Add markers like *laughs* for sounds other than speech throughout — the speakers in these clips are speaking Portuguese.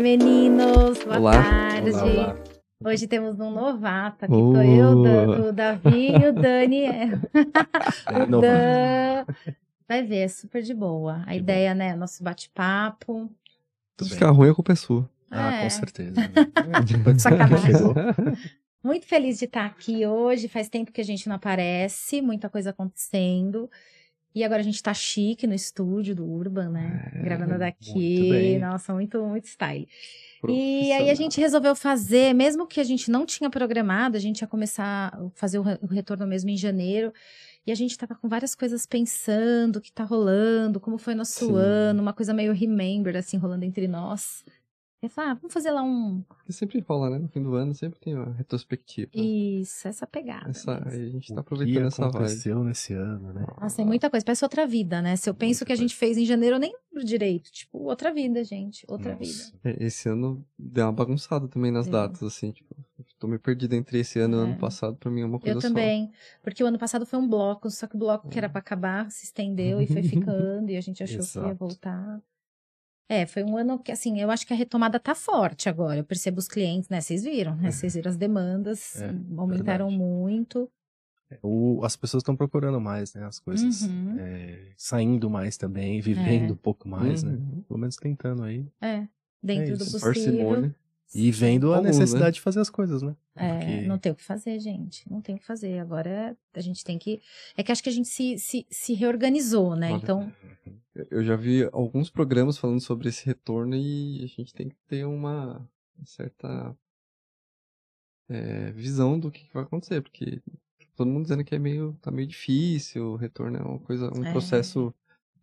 meninos. Boa Olá. tarde. Olá, olá. Hoje temos um novato aqui. Oh. Sou eu, Dan- o Davi e o Dani. É, o não, Dan. Vai ver, é super de boa. A ideia, né? Nosso bate-papo. tudo Se bem. ficar ruim, a culpa é sua. Ah, É. com certeza. *laughs* né? *laughs* Sacanagem. Chegou. Muito feliz de estar aqui hoje. Faz tempo que a gente não aparece, muita coisa acontecendo. E agora a gente tá chique no estúdio do Urban, né? É, Gravando muito daqui. bem. Nossa, muito, muito style. E aí a gente resolveu fazer, mesmo que a gente não tinha programado, a gente ia começar a fazer o re- o retorno mesmo em janeiro. E a gente tava com várias coisas pensando, o que tá rolando, como foi nosso Sim. ano, uma coisa meio remember, assim, rolando entre nós. E falar, ah, vamos fazer lá um. Porque sempre rola, né? No fim do ano sempre tem uma retrospectiva. Isso, essa pegada. Essa, mesmo. aí a gente tá o que aproveitando essa vibe. Um aconteceu nesse ano, né? Nossa, é muita coisa. Parece outra vida, né? Se eu penso o que a gente fez em janeiro, eu nem lembro direito. Tipo, outra vida, gente. Outra vida. Nossa. É, Esse ano deu uma bagunçada também nas Deu. datas, assim, tipo, eu tô meio perdido entre esse ano e É. ano passado, pra mim é uma coisa Eu só. também. Porque o ano passado foi um bloco, só que o bloco que era pra acabar se estendeu *laughs* e foi ficando, e a gente achou que ia Exato. voltar. É, foi um ano que, assim, eu acho que a retomada tá forte agora. Eu percebo os clientes, né? Vocês viram, né? Vocês viram as demandas, É, aumentaram verdade. muito. É, O- as pessoas estão procurando mais, né? As coisas. Uhum. é, saindo mais também, vivendo É. um pouco mais, né? Uhum. Pelo menos tentando aí. É, dentro É do isso. possível. Parcimônia. E vendo a Alguns, né? necessidade de fazer as coisas, né? É, Porque- não tem o que fazer, gente. Não tem o que fazer. Agora a gente tem que. É que acho que a gente se, se, se reorganizou, né? Olha. Então, Eu- Eu já vi alguns programas falando sobre esse retorno e a gente tem que ter uma certa é, visão do que que vai acontecer, porque todo mundo dizendo que é meio, tá meio difícil, o retorno é uma coisa, um É. processo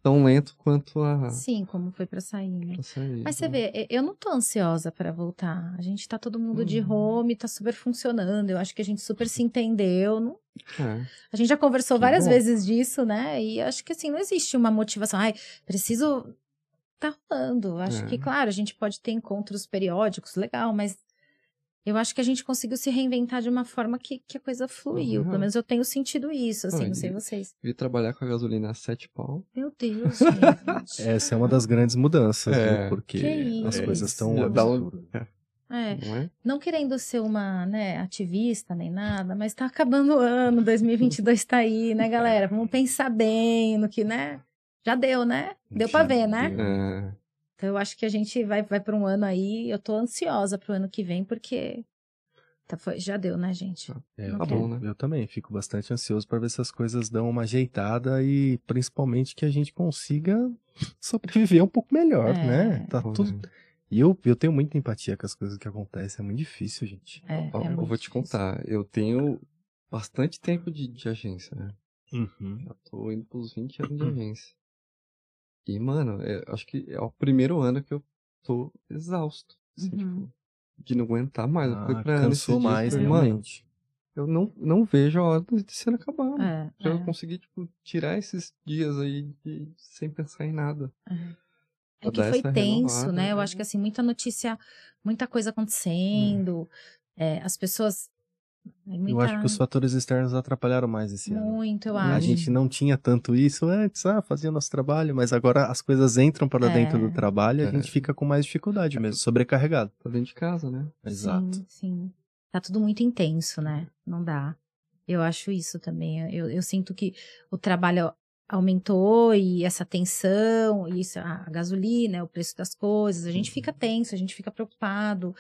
tão lento quanto é. a. sim, como foi pra sair, né? pra sair, Mas você Uhum. né? vê, e- eu não tô ansiosa pra voltar. A gente tá todo mundo de Uhum. home, tá super funcionando. Eu acho que a gente super se entendeu. não- É. A gente já conversou Que várias bom. vezes disso, né? E acho que assim, não existe uma motivação. Ai, preciso. Tá rolando. Acho É. que, claro, a gente pode ter encontros periódicos, legal, mas eu acho que a gente conseguiu se reinventar de uma forma que, que a coisa fluiu. Uhum. Pelo menos eu tenho sentido isso, assim, Ah, não sei e- *laughs* vocês. Vi trabalhar com a gasolina a 7 pau. Meu Deus, gente. Essa é uma das grandes mudanças, É. né? Porque Que as isso. coisas estão Já dá um- absurdas. É. Não é? não querendo ser uma né, ativista nem nada, mas tá acabando o ano, 2022 tá aí, né, galera? Vamos pensar bem no que, né? Já deu, né? Deu pra Já ver, né? deu. É. Então eu acho que a gente vai, vai para um ano aí, eu tô ansiosa pro ano que vem, porque tá, foi, já deu, né, gente? É, Não eu, quero. bom, né? eu também fico bastante ansioso para ver se as coisas dão uma ajeitada e principalmente que a gente consiga *laughs* sobreviver um pouco melhor, É. né? Tá Pô, tudo. E eu, eu tenho muita empatia com as coisas que acontecem, é muito difícil, gente. É, Ó, é eu muito vou te difícil. contar, eu tenho bastante tempo de, de agência, né? Eu tô indo pros 20 Hum. anos de agência. E, mano, é- acho que é o primeiro ano que eu tô exausto. assim, Uhum. tipo, de não aguentar mais. Eu fui Ah, pra Ana esses cansou dias, mais, falei, né, Mano, realmente. eu não, não vejo a hora desse ano acabar. mano. É, Pra eu é. conseguir, tipo, tirar esses dias aí de- sem pensar em nada. É Pra que dar foi essa tenso, renovada, né? Eu né? acho que assim, muita notícia, muita coisa acontecendo, é, as pessoas. né, Eu acho que os fatores externos atrapalharam mais esse ano. Muito, eu A acho. gente não tinha tanto isso antes, ah, fazia nosso trabalho, mas agora as coisas entram para É. dentro do trabalho e É. a gente fica com mais dificuldade mesmo, sobrecarregado. Tá dentro de casa, né? Sim, sim. Tá tudo muito intenso, né? Não dá. Eu acho isso também. Eu, eu sinto que o trabalho aumentou e essa tensão, e isso, a, a gasolina, o preço das coisas, a gente fica tenso, a gente fica preocupado,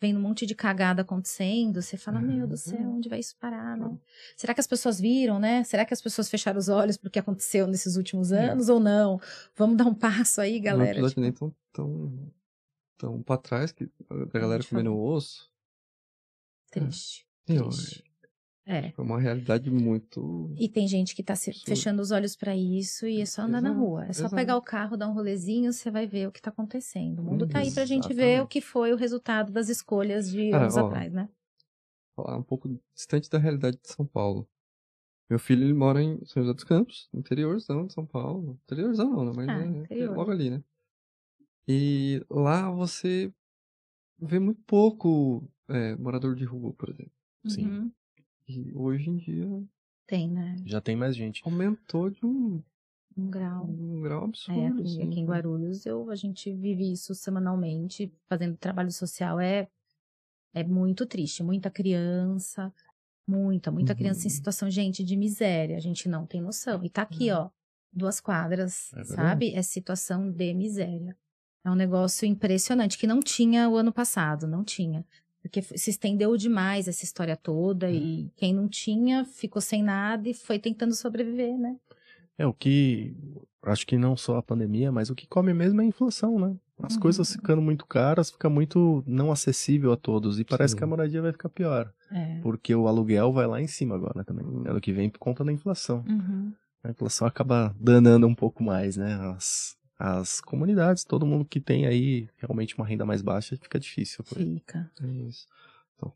vendo um monte de cagada acontecendo, você fala, meu Deus do céu, onde vai isso parar, né? Será que as pessoas viram, né? Será que as pessoas fecharam os olhos pro que aconteceu nesses últimos anos ou não? Vamos dar um passo aí, Não é um galera. episódio tipo, nem tão, tão, tão pra trás que a galera gente comendo osso. triste. Eu, Triste. É. é uma realidade muito. E tem gente que tá se Absurdo. fechando os olhos pra isso e é só andar na Exato, rua. É só exato. Hum, pegar o carro, dar um rolezinho, você vai ver o que tá acontecendo. O mundo tá aí pra gente ver Exatamente. o que foi o resultado das escolhas de Cara, anos ó, atrás, né? falar um pouco distante da realidade de São Paulo. Meu filho, ele mora em São José dos Campos, interiorzão de São Paulo. Interiorzão não, né? Mas Ah, é- é, interior. logo ali, né? E lá você vê muito pouco é, morador de rua, por exemplo. sim. Uhum. E hoje em dia Tem, né? Já tem mais gente. aumentou de um um grau. Um grau absurdo. É, aqui, assim. aqui em Guarulhos eu, a gente vive isso semanalmente, fazendo trabalho social é, é muito triste. Muita criança, muita, muita Uhum. criança em situação, gente, de miséria. A gente não tem noção. E tá aqui, ó, duas quadras, É verdade. sabe? É situação de miséria. É um negócio impressionante que não tinha o ano passado, não tinha. Porque f- se estendeu demais essa história toda É. e quem não tinha ficou sem nada e foi tentando sobreviver, né? É o que. Acho que não só a pandemia, mas o que come mesmo é a inflação, né? As Uhum. coisas ficando muito caras, fica muito não acessível a todos. E parece Sim. que a moradia vai ficar pior. É. Porque o aluguel vai lá em cima agora também. Hum. Ano que vem por conta da inflação. Uhum. A inflação acaba danando um pouco mais, né? As, as comunidades, todo mundo que tem aí realmente uma renda mais baixa, fica difícil. a coisa. Fica. É isso. Então,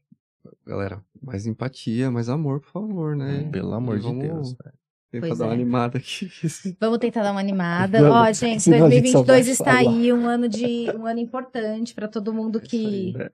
galera, mais empatia, mais amor, por favor, É. né? É, Pelo amor E de vamos Deus. né? Tentar Pois dar uma é. animada aqui. *laughs* Vamos tentar dar uma animada. Vamos, Ó, gente, senão a gente só vai 2022 está falar. É aí, um ano de um ano importante para todo mundo Isso aí. que É,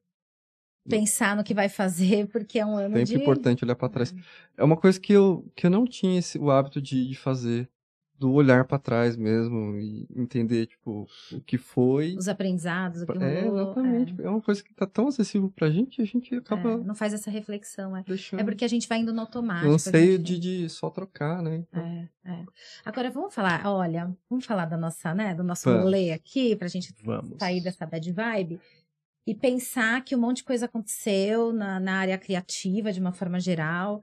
pensar no que vai fazer, porque é um ano Sempre de Uhum. importante olhar pra trás. É uma coisa que eu, que eu não tinha esse, o hábito de, de fazer, do olhar pra trás mesmo e entender, tipo, o que foi. os aprendizados, o que É, rolou, exatamente. É. uma coisa que tá tão acessível pra gente, a gente é, acaba é, não faz essa reflexão. É, deixando. é porque a gente vai indo no automático. o a anseio gente- de, de só trocar, né? Então, É, é. Agora vamos falar, olha, vamos falar da nossa, né, do nosso Vamos. rolê aqui, pra gente Vamos. sair dessa bad vibe e pensar que um monte de coisa aconteceu na, na área criativa de uma forma geral.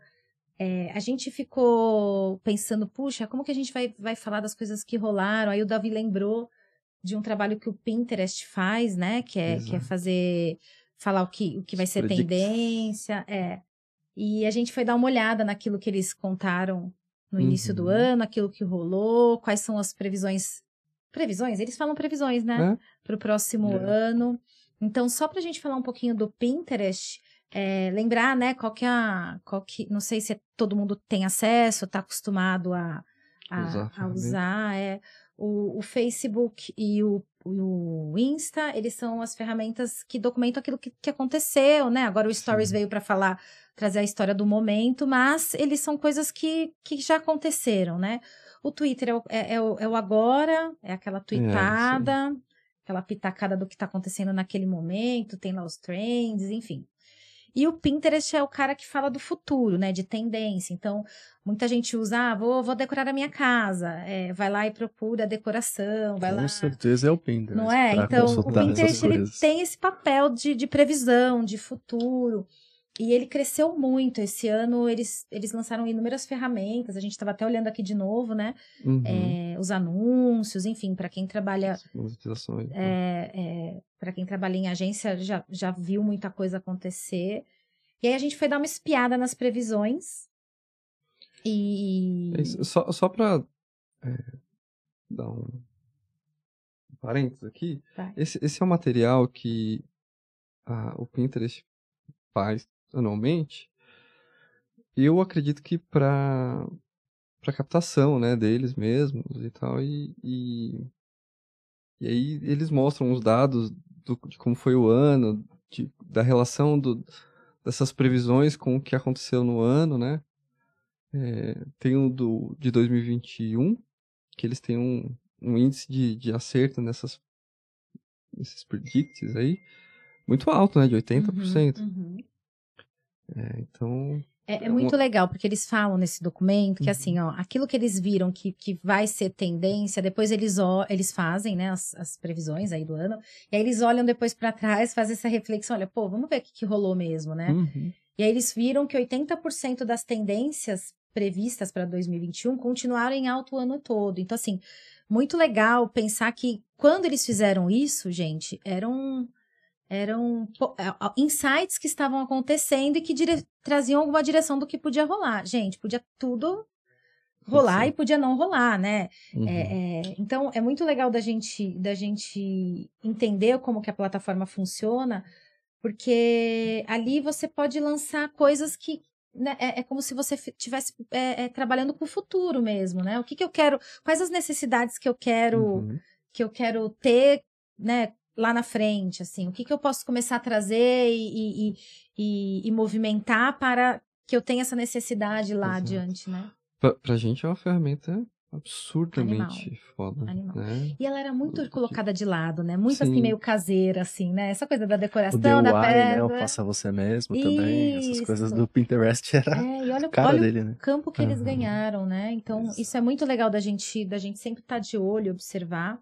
É, a gente ficou pensando, puxa, como que a gente vai, vai falar das coisas que rolaram? Aí o Davi lembrou de um trabalho que o Pinterest faz, né? Que é, que é Exato. fazer falar o que, o que vai As ser predicts. tendência. É. E a gente foi dar uma olhada naquilo que eles contaram no início do Uhum. ano, aquilo que rolou, quais são as previsões. Previsões? Eles falam previsões, né? né? para o próximo É. ano. Então, só para a gente falar um pouquinho do Pinterest, é, lembrar, né, qual que é a, qual que, não sei se é- todo mundo tem acesso, está acostumado a, a- Usar a a ferramenta. usar, é, o, o Facebook e o, e o Insta, eles são as ferramentas que documentam aquilo que, que aconteceu, né? Agora o Stories Sim. veio para falar, trazer a história do momento, mas eles são coisas que, que já aconteceram, né? O Twitter é o, é- é o- é o agora, é aquela aí. tweetada, aquela pitacada do que tá acontecendo naquele momento, tem lá os trends, enfim. E o Pinterest é o cara que fala do futuro, né? De tendência. Então, muita gente usa, ah, vou, vou decorar a minha casa. É, vai lá e procura a decoração, vai Com lá. certeza é o Pinterest. Não é? pra Então, o consultar essas Pinterest ele coisas. tem esse papel de, de previsão, de futuro. E ele cresceu muito. Esse ano eles, eles lançaram inúmeras ferramentas. A gente estava até olhando aqui de novo, né? Uhum. É, os anúncios, enfim, para quem trabalha As monetizações, né? é, para quem trabalha em agência já, já viu muita coisa acontecer. E aí a gente foi dar uma espiada nas previsões. E. Uhum, É isso. Só, só pra é, dar um um parênteses aqui, Vai. esse, esse é um material que a- o Pinterest faz anualmente. Eu acredito que pra, pra captação né, deles mesmos e tal, e, e, e aí eles mostram os dados do- de como foi o ano, de- da relação do, dessas previsões com o que aconteceu no ano, né? É, tem o do, de 2021, que eles têm um, um índice de, de acerto nessas, nesses predicts aí, muito alto, né? De 80%. Uhum, uhum. É, então, É, é É muito uma- legal, porque eles falam nesse documento que, Uhum. assim, ó, aquilo que eles viram que, que vai ser tendência, depois eles, ó, eles fazem, né, as, as previsões aí do ano, e aí eles olham depois pra trás, fazem essa reflexão, olha, pô, vamos ver o que, que rolou mesmo, né? uhum, E aí eles viram que 80% das tendências previstas para 2021 continuaram em alto o ano todo. Então, assim, muito legal pensar que quando eles fizeram isso, gente, eram eram po- a- a- insights que estavam acontecendo e que dire- traziam alguma direção do que podia rolar. Gente, podia tudo rolar Sim. e podia não rolar, né? uhum. É, é, então é muito legal da gente da gente entender como que a plataforma funciona, porque ali você pode lançar coisas que né, é, é como se você estivesse é, trabalhando com o futuro mesmo, né? O que, que eu quero, quais as necessidades que eu quero uhum. que eu quero ter, né, lá na frente, assim, o que, que eu posso começar a trazer e, e- e- e movimentar para que eu tenha essa necessidade lá Exato. adiante, né? Pra, pra gente é uma ferramenta absurdamente foda. Animal. Né? E ela era muito colocada de lado, né? Muito assim, Sim. meio caseira, assim, né? Essa coisa da O decoração, DIY, da né? O pedra. faça você mesmo também. Essas coisas Isso. do Pinterest *laughs* era É, e olha, a cara olha o dele, né? campo que eles Aham. ganharam, né? Então, Isso. isso é muito legal da gente, da gente sempre estar de olho, observar.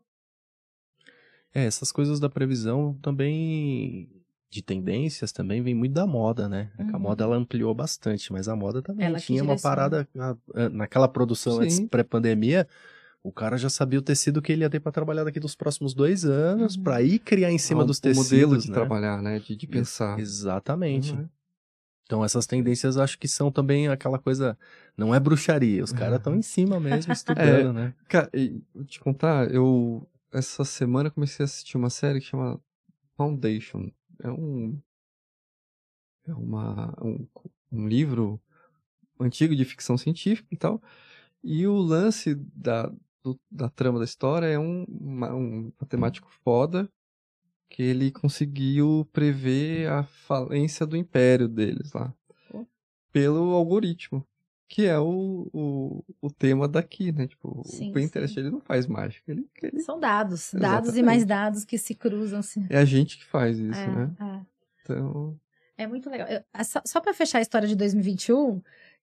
É, essas coisas da previsão também de tendências também vem muito da moda, né? É que A Uhum. moda ela ampliou bastante, mas a moda também Ela que tinha uma direciona. parada a- a- naquela produção antes Sim. pré-pandemia. O cara já sabia o tecido que ele ia ter pra trabalhar daqui dos próximos dois anos, Uhum. pra ir criar em cima Ah, dos o tecidos, modelo de né? trabalhar, né? De, de pensar. Exatamente. Não é? Então essas tendências acho que são também aquela coisa, não é bruxaria, os caras Uhum. estão em cima *laughs* mesmo É. estudando, né? Cara, e vou te contar, eu essa semana comecei a assistir uma série que chama Foundation. É um é uma um, um livro antigo de ficção científica e tal. E o lance da do- da trama da história é um, ma- um matemático foda que ele conseguiu prever a falência do império deles lá Pô. pelo algoritmo que é o, o, o tema daqui, né? Tipo, Sim, o Pinterest ele não faz mágica, ele, ele- São dados, dados e mais dados que se cruzam. Assim. é a gente que faz isso, É, né? é. Então, É muito legal. Eu- ah, só só para fechar a história de 2021,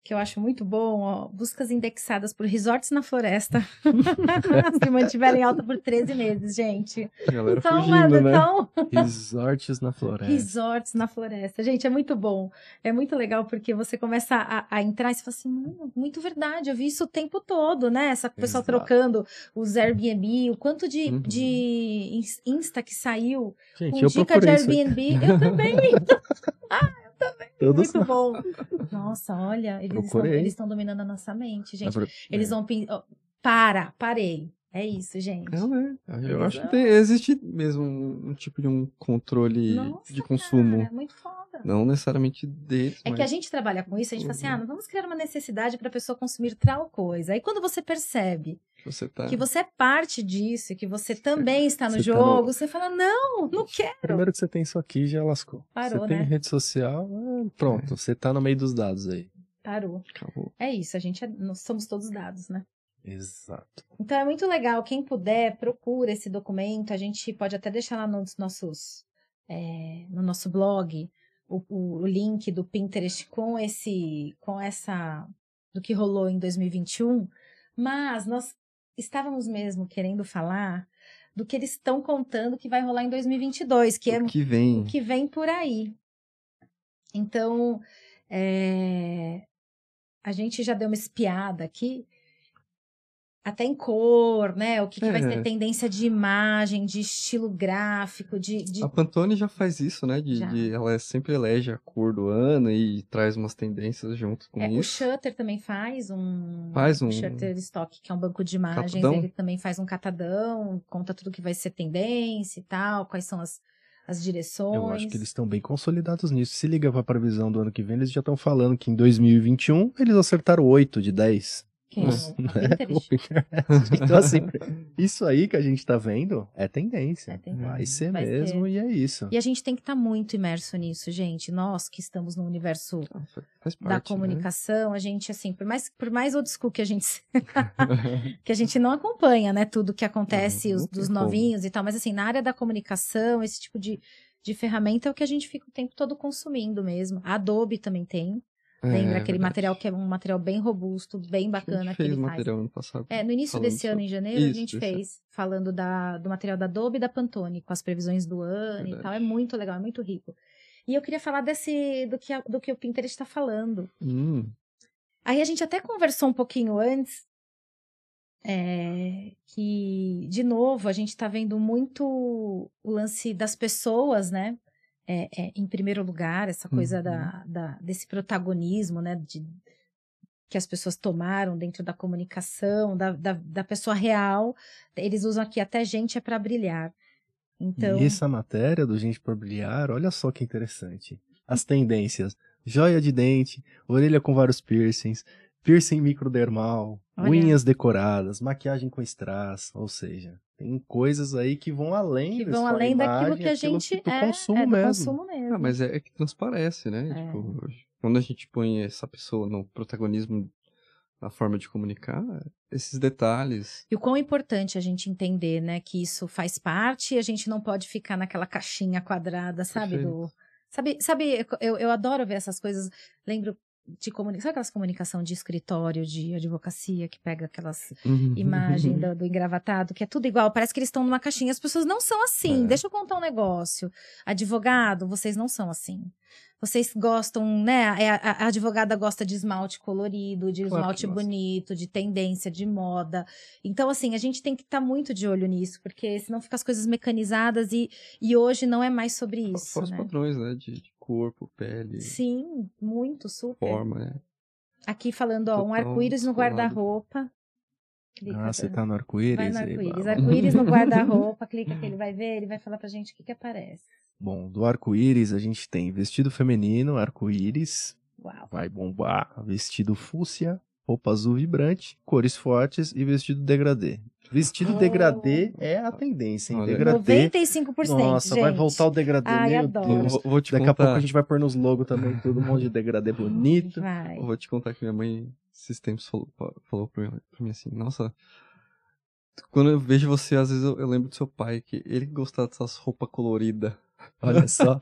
que eu acho muito bom, ó, buscas indexadas por resorts na floresta *laughs* se mantiverem alta por 13 meses, gente. a galera então, fugindo, né? então, Resorts na floresta. resorts na floresta. Gente, é muito bom. É muito legal porque você começa a, a entrar e você fala assim, mano, muito verdade, eu vi isso o tempo todo, né? Essa pessoa Exato. trocando os Airbnb, o quanto de, Uhum. de ins- Insta que saiu Gente, com eu dica de procurei isso aí. Airbnb. Eu também, *laughs* Todos Muito bom. Nossa, olha, eles estão, Procurei. eles estão dominando a nossa mente, gente. Abro- Eles vão. pin- ó, Para, parei. É isso, gente. um É, né? Eles Eu acho que não- tem- existe mesmo um tipo de um controle Nossa, de consumo. cara, é muito foda. Não necessariamente deles, É mas que a gente trabalha com isso, a gente fala assim, Uhum. ah, não vamos criar uma necessidade para a pessoa consumir tal coisa. Aí quando você percebe você tá. que você é parte disso, que você também está no Você tá no- jogo, você fala, não, não quero. Primeiro que você tem isso aqui, já lascou. Parou, você tem né? rede social, ah, pronto, você tá no meio dos dados aí. Parou. Acabou. É isso, a gente é- nós somos todos dados, né? Exato. Então é muito legal. Quem puder, procura esse documento. A gente pode até deixar lá nos nossos, eh, no nosso blog o, o- o link do Pinterest com esse, com essa do que rolou em 2021. Mas nós estávamos mesmo querendo falar do que eles estão contando que vai rolar em 2022, que é O que vem. o que vem por aí. Então, é, a gente já deu uma espiada aqui, até em cor, né? O que, que vai É. ser tendência de imagem, de estilo gráfico, de. de- A Pantone já faz isso, né? De, Já. de- ela sempre elege a cor do ano e traz umas tendências junto com É, o isso. Shutter também faz um. Faz o um- Shutter Stock, que é um banco de imagens, Catadão. ele também faz um catadão, conta tudo que vai ser tendência e tal, quais são as, as direções. Eu acho que eles estão bem consolidados nisso. Se liga pra previsão do ano que vem, eles já estão falando que em 2021 eles acertaram 8 de 10. Que *laughs* é o- o né, Pinterest. *laughs* *laughs* então, assim, isso aí que a gente tá vendo é tendência. É tendência. Vai ser Vai mesmo, e é isso. E a gente tem que estar muito imerso nisso, gente. Nós que estamos no universo Ah, fa- Faz parte, da né? comunicação, a gente, assim, por mais, por mais old school que a gente *laughs* se- *laughs* que a gente não acompanha, né, tudo que acontece Uhum, Não, não os- dos tem como. novinhos e tal, mas assim, na área da comunicação, esse tipo de, de ferramenta é o que a gente fica o tempo todo consumindo mesmo. A Adobe também tem. É, Lembra aquele verdade. material que é um material bem robusto, bem a bacana gente que fez ele faz. material ano passado. É, no início falando desse ano, sobre- em janeiro, a Isso, gente desse ano. fez falando da- do material da Adobe e da Pantone, com as previsões do ano e Verdade. tal. É muito legal, é muito rico. E eu queria falar desse do que, a- do que o Pinterest está falando. Hum, Aí a gente até conversou um pouquinho antes, é, que, de novo, a gente está vendo muito o lance das pessoas, né? É, é, em primeiro lugar, essa coisa Uhum. da, da- desse protagonismo, né? de- que as pessoas tomaram dentro da comunicação, da, da, da pessoa real. Eles usam aqui até gente é para brilhar. Então, E essa matéria do Gente por Brilhar, olha só que interessante. As tendências: joia de dente, orelha com vários piercings, piercing microdermal, Olha. unhas decoradas, maquiagem com strass, ou seja, tem coisas aí que vão além que da vão sua além daquilo imagem, que a aquilo gente do é, consumo é do mesmo. consumo mesmo. Ah, mas é, é que transparece, né? É. Tipo, quando a gente põe essa pessoa no protagonismo a forma de comunicar, esses detalhes. E o quão importante a gente entender, né, que isso faz parte e a gente não pode ficar naquela caixinha quadrada, sabe? Perfeito. Do... Sabe, sabe eu, eu adoro ver essas coisas. Lembro de comunicação, sabe aquelas comunicação de escritório, de advocacia, que pega aquelas Uhum. *laughs* Uhum. imagem do, do engravatado, que é tudo igual, parece que eles estão numa caixinha. As pessoas não são assim. É. Deixa eu contar um negócio. Advogado, vocês não são assim. Vocês gostam, né? é, A, a advogada gosta de esmalte colorido, de Claro que esmalte gosta. bonito, de tendência, de moda. Então, assim, a gente tem que estar muito de olho nisso, porque senão fica as coisas mecanizadas e, e hoje não é mais sobre isso. Fora os né? padrões, né? De, de corpo, pele, Sim, muito, super. forma, né? Aqui falando, ó, um Total arco-íris no descolado. guarda-roupa. Clica, Ah, você Dani. tá no Vai arco-íris? no Eba. arco-íris. É Arco-íris no guarda-roupa, clica que ele vai ver, ele vai falar pra gente o que que aparece. Bom, do arco-íris a gente tem vestido feminino, arco-íris, Uau. vai bombar, vestido fúcsia, roupa azul vibrante, cores fortes e vestido degradê. Vestido Oh. degradê é a tendência, hein? Olha. Degradê. 95%, Nossa, gente. vai voltar o degradê, Ai, meu adoro. Eu Deus. vou, vou te Daqui a contar. pouco a gente vai pôr nos logos também, todo mundo de degradê bonito. Vai. Eu vou te contar que minha mãe, esses tempos, falou, fa- falou pra, mim, pra mim assim: Nossa, quando eu vejo você, às vezes eu, eu lembro do seu pai, que ele gostava dessas roupas coloridas. *laughs* Olha só.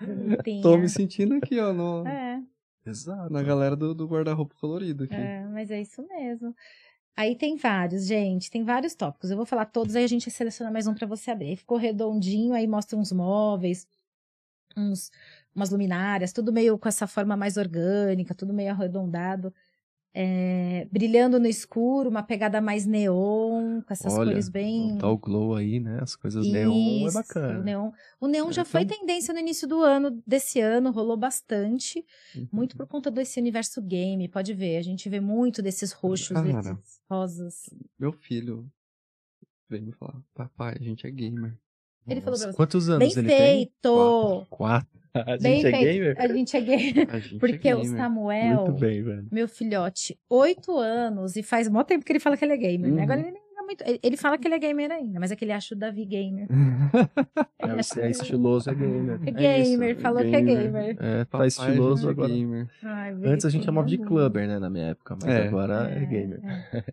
Bonitinha. Tô me sentindo aqui, ó, no, É, *laughs* Exato. na galera do, do guarda-roupa colorido aqui. é, mas é isso mesmo. Aí tem vários, gente, tem vários tópicos. Eu vou falar todos, aí a gente seleciona mais um pra você abrir. Aí Ficou redondinho, aí mostra uns móveis, uns, umas luminárias, tudo meio com essa forma mais orgânica, tudo meio arredondado. É, brilhando no escuro, uma pegada mais neon, com essas Olha, cores bem. Tá o glow aí, né? As coisas neon é Isso, bacana. O neon, o neon É, já foi então- tendência no início do ano, desse ano, rolou bastante, Uhum. muito por conta desse universo game, pode ver, a gente vê muito desses roxos, Cara. desses rosas. Meu filho veio me falar: Papai, a gente é gamer. Ele falou pra você. Quantos anos Bem ele tem? feito! Quatro. A Bem gente é feito. gamer? A gente é gamer. *laughs* A gente Porque é o *laughs* gamer. Samuel, Muito bem, velho. meu filhote, oito anos, e faz mó tempo que ele fala que ele é gamer, né? Uhum. Agora ele nem é muito. ele- Ele fala que ele é gamer ainda, mas é que ele acha o Davi gamer. É, *laughs* Ele acha que- é estiloso, é gamer. É É isso. gamer, é falou que é gamer. gamer. É, tá Papai, a gente estiloso é agora. gamer. Ai, Antes a gente bonitinho. chamava de clubber, né, na minha época, mas É. agora é, É, gamer. é.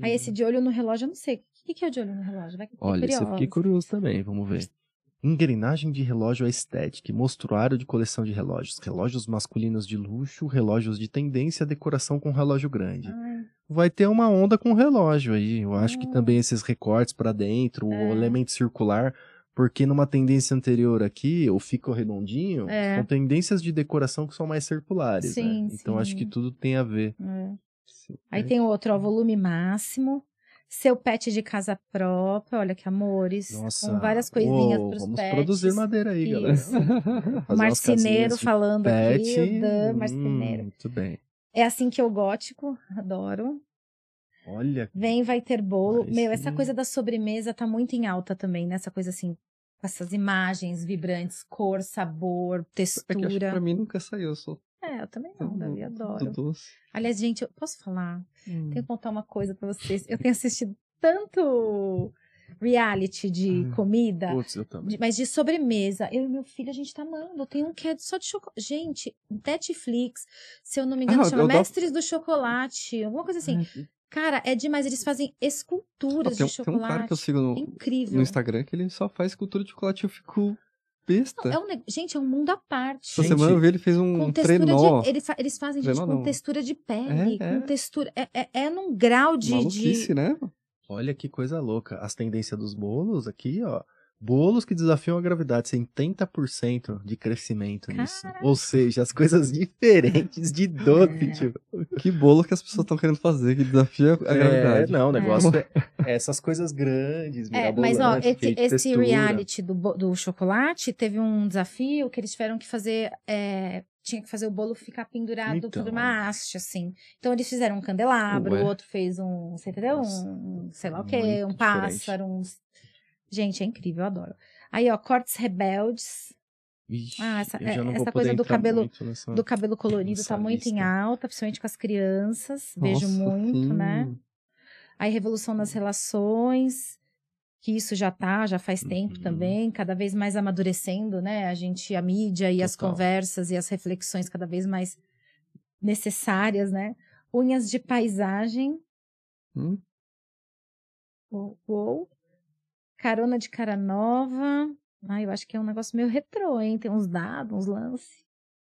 Aí esse de olho no relógio, eu não sei. O que, que é o de olho no relógio? Vai que eu fiquei Olha, você curiosa. fiquei curioso também, vamos ver. Engrenagem de relógio estética, mostruário de coleção de relógios, relógios masculinos de luxo, relógios de tendência, decoração com relógio grande. Ai, Vai ter uma onda com relógio aí. Eu acho que Hum. também esses recortes pra dentro, É. o elemento circular, porque numa tendência anterior aqui, ou fica redondinho, É. são tendências de decoração que são mais circulares, né? Sim, Então acho sim. que tudo tem a ver. é. Sim. Aí *laughs* tem outro, ó, volume máximo. Seu pet de casa própria, olha que amores. Nossa. com várias coisinhas uou, pros Vamos pets. produzir madeira aí, galera. Isso. O É *laughs* Fazer umas marceneiro casinhas de falando pet. aqui, o Dan, hum, marceneiro. muito bem. É assim que eu gótico, adoro. Olha, Vem, vai ter bolo. Aí Meu, essa sim. coisa da sobremesa tá muito em alta também, né? Essa coisa assim, com essas imagens vibrantes, cor, sabor, É que acho que pra textura. mim nunca saiu, eu sou É, eu também tão não, Davi, adoro. do doce. Aliás, gente, eu posso falar? Tenho Hum. que contar uma coisa pra vocês. Eu tenho assistido tanto reality de Ah, comida, putz, eu também. de- mas de sobremesa. Eu e meu filho, a gente tá amando. Tem um que é só de chocolate. Gente, Netflix, se eu não me engano, Ah, chama eu dou- Mestres do Chocolate. Alguma coisa assim. Cara, é demais. Eles fazem Ah, esculturas tem, de tem um cara chocolate. que eu sigo no, Incrível. no Instagram que ele só faz cultura de chocolate e eu fico besta. Não, é um neg- Gente, é um mundo à parte. Essa Gente, semana eu vi ele fez um, Com textura trenó. de. Eles, fa- eles fazem gente, Trenó com não. textura de pele, É, com é. textura. É, é, é num grau de. Maluquice, de... né? Olha que coisa louca. As tendências dos bolos aqui, ó. Bolos que desafiam a gravidade, 70% de crescimento nisso. Ou seja, as coisas diferentes de É. doce, tipo. Que bolo que as pessoas estão querendo fazer, que desafia a gravidade. É, não, o *laughs* negócio é. é essas coisas grandes, É, mas ó, mirabolantes, esse, cheio né, de esse textura. reality do, bo- do chocolate teve um desafio que eles tiveram que fazer. é, tinha que fazer o bolo ficar pendurado por Então. uma haste, assim. Então eles fizeram um candelabro, Ué. o outro fez um, você entendeu? Nossa, Um, sei lá o muito quê, um diferente. pássaro, um. Gente, é incrível, eu adoro. Aí, ó, cortes rebeldes, Ixi, Ah, essa- eu já é, não vou essa poder coisa do entrar cabelo- muito nessa- do cabelo colorido, tá Nossa, muito em lista. alta, principalmente com as crianças. Vejo Nossa, muito, sim. hum. né? Aí Revolução nas Relações, que isso já tá, já faz tempo Uhum. também, cada vez mais amadurecendo, né? A gente, a mídia e as Total. conversas e as reflexões cada vez mais necessárias, né? Unhas de paisagem. Hum? Uou, uou. Carona de cara nova. Ah, eu acho que é um negócio meio retrô, hein? Tem uns dados, uns lances.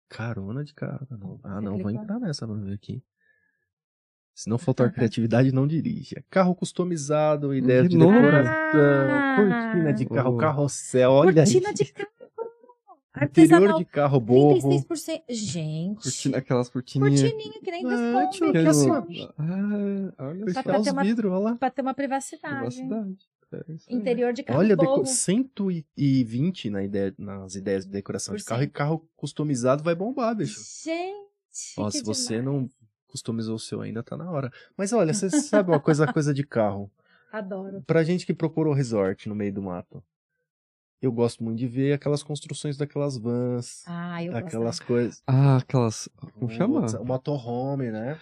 Carona de cara. Não. Ah, Você não, vou clicou? entrar nessa pra ver aqui. Se *laughs* não faltar criatividade, não dirija. Carro customizado, ideia de De novo? decoração, Ah! cortina de carro, Oh. carrossel, olha Cortina aí. de carro. Interior *laughs* Artesanal. de carro bobo. 36%. Gente. Cortina, aquelas cortininhas. Cortininha, que nem Ah, desconto. tio, Que que assim, assim, Ah, olha Só só. Fechar pra os ter uma- vidros, olha lá. pra ter uma privacidade. Privacidade. É isso aí. Interior de carro né? Olha, bobo. deco- 120 na ideia, nas ideias de decoração de Por carro e cento. carro customizado vai bombar, bicho. Gente. Ó, que se você demais. não customizou o seu ainda, tá na hora. Mas olha, você sabe uma coisa, coisa de carro. Adoro. Pra gente que procurou resort no meio do mato, eu gosto muito de ver aquelas construções daquelas vans, Ah, eu gosto. aquelas coisas. Ah, aquelas. Como chama? O motorhome, né?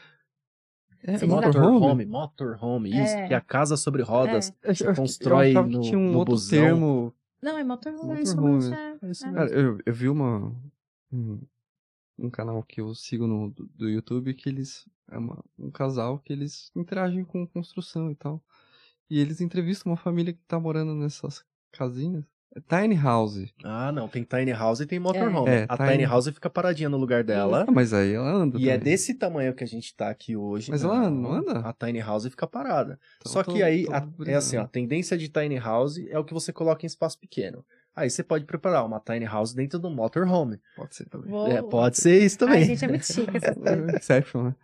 É, Você lembra? motorhome? Motorhome, motorhome, isso. É. Que é a casa sobre rodas. É. Eu- eu- eu constrói achava no- que tinha um no outro busão. termo. Não, é motorhome. Motorhome. somente, é. É isso Cara, mesmo. eu, eu vi uma. Um, um canal que eu sigo no, do, do YouTube que eles. É uma, um casal que eles interagem com construção e tal. E eles entrevistam uma família que tá morando nessas casinhas. É Tiny House. Ah, não, tem tiny house e tem motorhome. É, a tiny- tiny house fica paradinha no lugar dela. Ah, mas aí ela anda. E é também. desse tamanho que a gente tá aqui hoje. Mas ela não anda? A tiny house fica parada. Então, Só tô- que aí tô a- é brisando. assim, ó, a tendência de tiny house é o que você coloca em espaço pequeno. Aí você pode preparar uma tiny house dentro do motorhome. Pode ser também. Vou- É, pode ser isso Ai, também. gente, é muito chique essa Inception, né?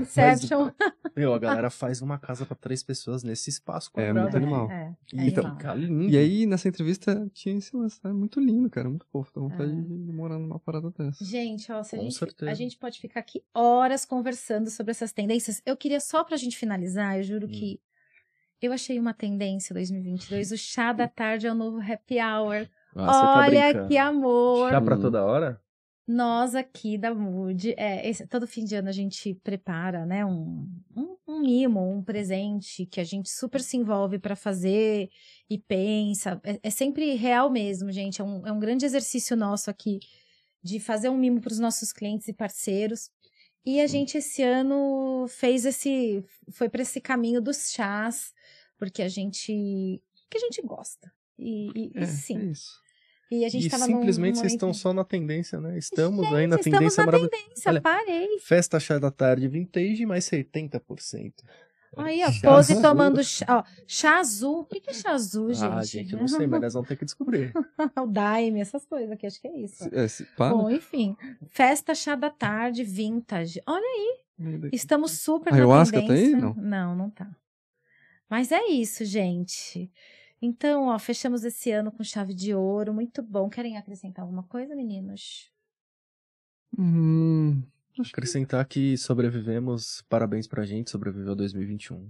Inception. *laughs* Meu, a galera faz uma casa pra três pessoas nesse espaço É, quadrado. muito *laughs* animal. É, E é Então, animal. fica lindo. E aí, nessa entrevista, tinha esse lance. Tá? Muito lindo, cara. Muito fofo. Dá vontade É. de morar numa parada dessa. Gente, ó, se a Com gente, certeza. a gente pode ficar aqui horas conversando sobre essas tendências. Eu queria só pra gente finalizar, eu juro Hum. que eu achei uma tendência 2022, o chá Hum. da tarde é o novo happy hour. Ah, você tá Olha brincando. que amor! Dá pra toda hora? Nós aqui da Mood, é, esse- todo fim de ano a gente prepara, né, um, um, um mimo, um presente que a gente super se envolve para fazer e pensa. É, é sempre real mesmo, gente. É um, é um grande exercício nosso aqui de fazer um mimo para os nossos clientes e parceiros. E a gente esse ano fez esse, foi para esse caminho dos chás, porque a gente, que a gente gosta. E, e- e É, é sim. isso. E a gente E estava simplesmente vocês estão só na tendência, né? Estamos aí na Estamos tendência na maravilhosa. tendência, Olha, parei. Festa chá da tarde vintage, mais 70%. Aí, ó, Chá pose azul. tomando chá, ó, chá azul. O que que é chá azul, gente? É Ah, gente, eu não sei, mas nós vamos ter que *laughs* descobrir. *laughs* o Daime, essas coisas aqui, acho que é isso. Se- É, se, para. Bom, enfim, festa chá da tarde, vintage. Olha aí, Meio daqui. estamos super Ayahuasca na tá tendência. aí? Não. não, não tá. Mas é isso, gente. Então, ó, fechamos esse ano com chave de ouro, muito bom. Querem acrescentar alguma coisa, meninos? Hum, Acrescentar que sobrevivemos, parabéns pra gente, sobreviveu 2021.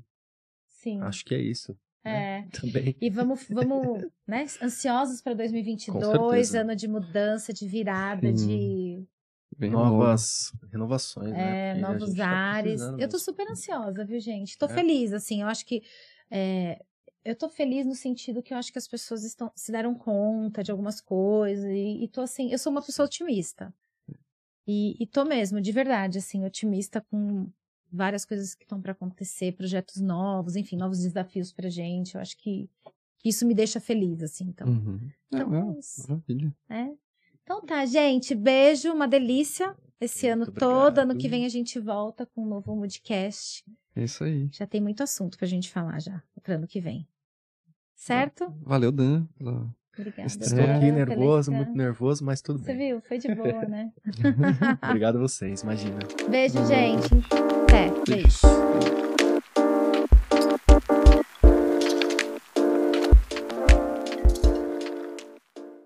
Sim. Acho que é isso é. também. E vamos, *laughs* vamos né, ansiosos para 2022, certeza. ano de mudança, de virada, Sim. de bem novo. Novas renovações, né? é, Porque a novos gente tá ares. precisando Eu tô mesmo. super ansiosa, viu, gente? Tô É. feliz, assim, eu acho que. é, eu tô feliz no sentido que eu acho que as pessoas estão, se deram conta de algumas coisas. E, e tô assim, eu sou uma pessoa otimista. E, e tô mesmo, de verdade, assim, otimista com várias coisas que estão pra acontecer, projetos novos, enfim, novos desafios pra gente. Eu acho que, que isso me deixa feliz, assim, então. Uhum. Tá Então Não, é isso. Maravilha. Então tá, gente. Beijo, uma delícia. Esse Muito ano todo, ano obrigado. que vem a gente volta com um novo Moodcast. É isso aí. Já tem muito assunto pra gente falar já, pro ano que vem. Certo? Valeu, Dan. pela- Obrigada. Estou É. aqui pela nervoso, lição. muito nervoso, mas tudo Você bem. viu? Foi de boa, né? Obrigado a vocês, imagina. Beijo, gente. Até. Beijo.